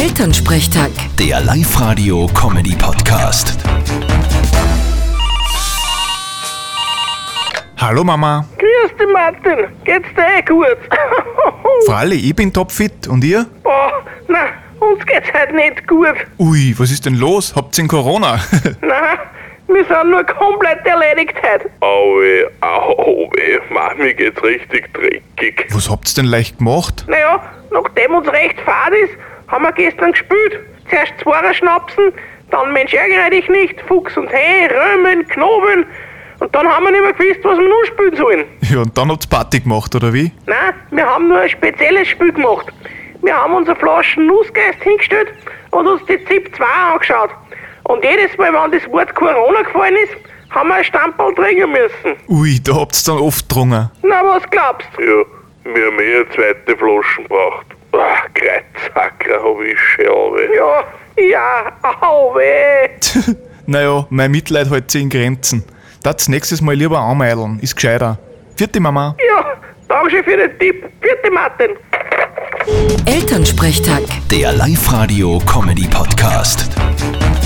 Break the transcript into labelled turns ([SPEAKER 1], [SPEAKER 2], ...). [SPEAKER 1] Elternsprechtag.
[SPEAKER 2] Der Live-Radio-Comedy-Podcast.
[SPEAKER 3] Hallo Mama,
[SPEAKER 4] Grüß dich, Martin. Geht's dir eh gut?
[SPEAKER 3] Fralli, ich bin topfit und ihr?
[SPEAKER 4] Boah, Oh, na, uns geht's heute nicht gut.
[SPEAKER 3] Ui, was ist denn los? Habt's in Corona?
[SPEAKER 4] Na, wir sind nur komplett erledigt heute.
[SPEAKER 5] Aue, aue, Mami geht's richtig dreckig.
[SPEAKER 3] was habt's denn leicht gemacht?
[SPEAKER 4] Naja, nachdem uns recht fad ist, haben wir gestern gespielt. Zuerst Zwarer Schnapsen, dann Mensch ärgere dich nicht, Fuchs und Hä, Römen, Knobeln. Und dann haben wir nicht mehr gewusst, was wir noch spielen sollen.
[SPEAKER 3] Ja, und dann habt's Party gemacht, oder wie?
[SPEAKER 4] Nein, wir haben nur ein spezielles Spiel gemacht. Wir haben unsere Flaschen Nussgeist hingestellt und uns die ZIP 2 angeschaut. Und jedes Mal, wenn das Wort Corona gefallen ist, haben wir ein Stammball trinken müssen.
[SPEAKER 3] Ui, da habt's dann oft drungen.
[SPEAKER 4] Na, was glaubst du?
[SPEAKER 5] Ja, wir haben eh eine zweite Flaschen braucht. Ach, Kreuzhacker hab ich schon, aue.
[SPEAKER 4] Ja, ja, au weh.
[SPEAKER 3] naja, mein Mitleid hält sich in Grenzen. Das nächstes Mal lieber anmeideln, ist gescheiter. Vierte Mama.
[SPEAKER 4] Ja, danke für den Tipp. Vierte Martin.
[SPEAKER 1] Elternsprechtag.
[SPEAKER 2] Der Live-Radio-Comedy-Podcast.